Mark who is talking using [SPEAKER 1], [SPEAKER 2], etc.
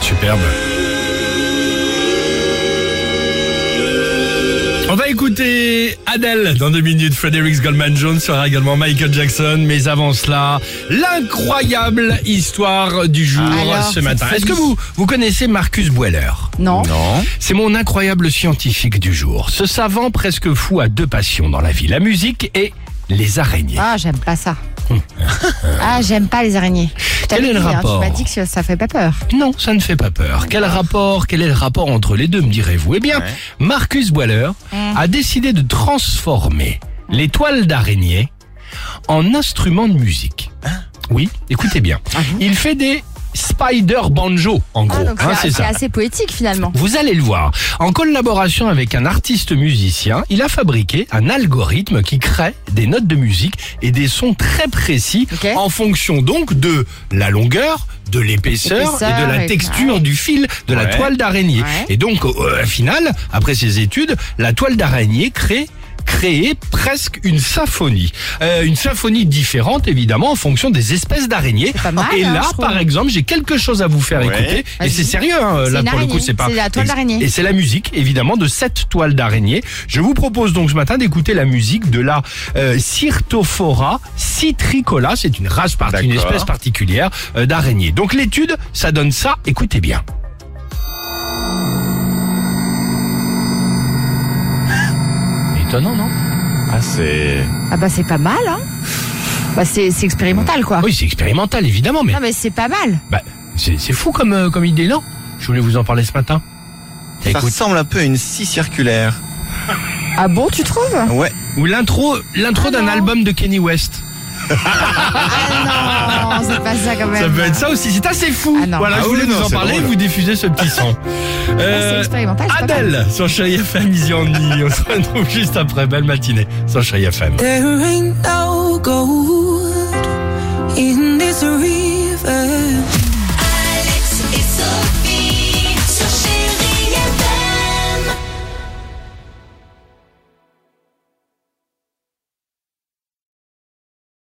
[SPEAKER 1] Superbe. On va écouter Adele dans deux minutes. Fredericks Goldman Jones sera également Michael Jackson. Mais avant cela, l'incroyable histoire du jour
[SPEAKER 2] Alors,
[SPEAKER 1] ce matin.
[SPEAKER 2] cette
[SPEAKER 1] Est-ce que
[SPEAKER 2] folie.
[SPEAKER 1] vous, vous connaissez Marcus Boiler
[SPEAKER 2] Non.
[SPEAKER 1] C'est mon incroyable scientifique du jour. Ce savant presque fou a deux passions dans la vie la musique et les araignées.
[SPEAKER 2] Ah, j'aime pas ça. ah, j'aime pas les araignées. Je
[SPEAKER 1] Hum. Quel
[SPEAKER 2] t'avais
[SPEAKER 1] est le
[SPEAKER 2] dit, hein,
[SPEAKER 1] rapport
[SPEAKER 2] Tu m'as dit que ça fait pas peur.
[SPEAKER 1] Non, ça ne fait pas peur. Quel rapport Quel est le rapport entre les deux, me direz-vous Eh bien, Marcus Boiler
[SPEAKER 2] Mm.
[SPEAKER 1] a décidé de transformer les toiles d'araignée en instruments de musique. oui, écoutez bien. Il fait des spider banjo, en gros.
[SPEAKER 2] Ah, donc
[SPEAKER 1] hein,
[SPEAKER 2] c'est
[SPEAKER 1] c'est
[SPEAKER 2] c'est
[SPEAKER 1] ça.
[SPEAKER 2] assez poétique finalement.
[SPEAKER 1] Vous allez le voir. En collaboration avec un artiste musicien, il a fabriqué un algorithme qui crée des notes de musique et des sons très précis
[SPEAKER 2] Ok.
[SPEAKER 1] en fonction donc de la longueur, de l'épaisseur et
[SPEAKER 2] Épaisseur
[SPEAKER 1] de la
[SPEAKER 2] et-
[SPEAKER 1] texture
[SPEAKER 2] ouais.
[SPEAKER 1] du fil de la
[SPEAKER 3] Ouais.
[SPEAKER 1] toile d'araignée.
[SPEAKER 2] Ouais.
[SPEAKER 1] Et donc au au final, après ses études, la toile d'araignée crée créer presque une symphonie. Euh, une symphonie différente, évidemment, en fonction des espèces d'araignées.
[SPEAKER 2] pas mal,
[SPEAKER 1] Et
[SPEAKER 2] hein,
[SPEAKER 1] là,
[SPEAKER 2] je trouve.
[SPEAKER 1] par exemple, j'ai quelque chose à vous faire
[SPEAKER 3] Ouais.
[SPEAKER 1] écouter. Et
[SPEAKER 2] Vas-y.
[SPEAKER 1] c'est sérieux, hein,
[SPEAKER 2] C'est
[SPEAKER 1] là
[SPEAKER 2] une
[SPEAKER 1] pour le coup,
[SPEAKER 2] araignée.
[SPEAKER 1] c'est pas.
[SPEAKER 2] C'est la toile
[SPEAKER 1] Et-
[SPEAKER 2] d'araignée.
[SPEAKER 1] Et c'est la musique, évidemment, de cette toile d'araignée. Je vous propose donc ce matin d'écouter la musique de la euh, Cyrtophora citricola. C'est une race, parti- une
[SPEAKER 3] D'accord.
[SPEAKER 1] espèce particulière euh, d'araignée. Donc l'étude, ça donne ça. Écoutez bien. Étonnant, non
[SPEAKER 3] Ah, c'est.
[SPEAKER 2] Ah bah c'est pas mal, hein. Bah c'est c'est expérimental quoi.
[SPEAKER 1] Oui, c'est expérimental, évidemment, mais
[SPEAKER 2] Non mais c'est pas mal.
[SPEAKER 1] bah, c'est c'est fou comme, euh, comme idée, non Je voulais vous en parler ce matin.
[SPEAKER 3] Ça
[SPEAKER 1] Écoute.
[SPEAKER 3] ressemble un peu à une scie circulaire.
[SPEAKER 2] Ah bon, tu trouves
[SPEAKER 3] Ouais.
[SPEAKER 1] Ou l'intro, l'intro
[SPEAKER 2] Ah
[SPEAKER 1] d'un
[SPEAKER 2] non.
[SPEAKER 1] album de Kenny West.
[SPEAKER 2] Ah non, c'est pas ça quand même.
[SPEAKER 1] Ça peut être ça aussi, c'est assez fou.
[SPEAKER 2] Ah non.
[SPEAKER 1] voilà,
[SPEAKER 3] Ah
[SPEAKER 1] je voulais
[SPEAKER 3] oui,
[SPEAKER 1] vous
[SPEAKER 3] non,
[SPEAKER 1] en
[SPEAKER 3] c'est
[SPEAKER 1] parler,
[SPEAKER 3] drôle.
[SPEAKER 1] vous diffusez ce petit son. Euh,
[SPEAKER 2] Ah, C'est expérimental. c'est pas mal.
[SPEAKER 1] Adèle sur Chérie FM, Easy on Me. On se retrouve juste après. Belle matinée sur Chérie FM.
[SPEAKER 4] There ain't no gold in this river.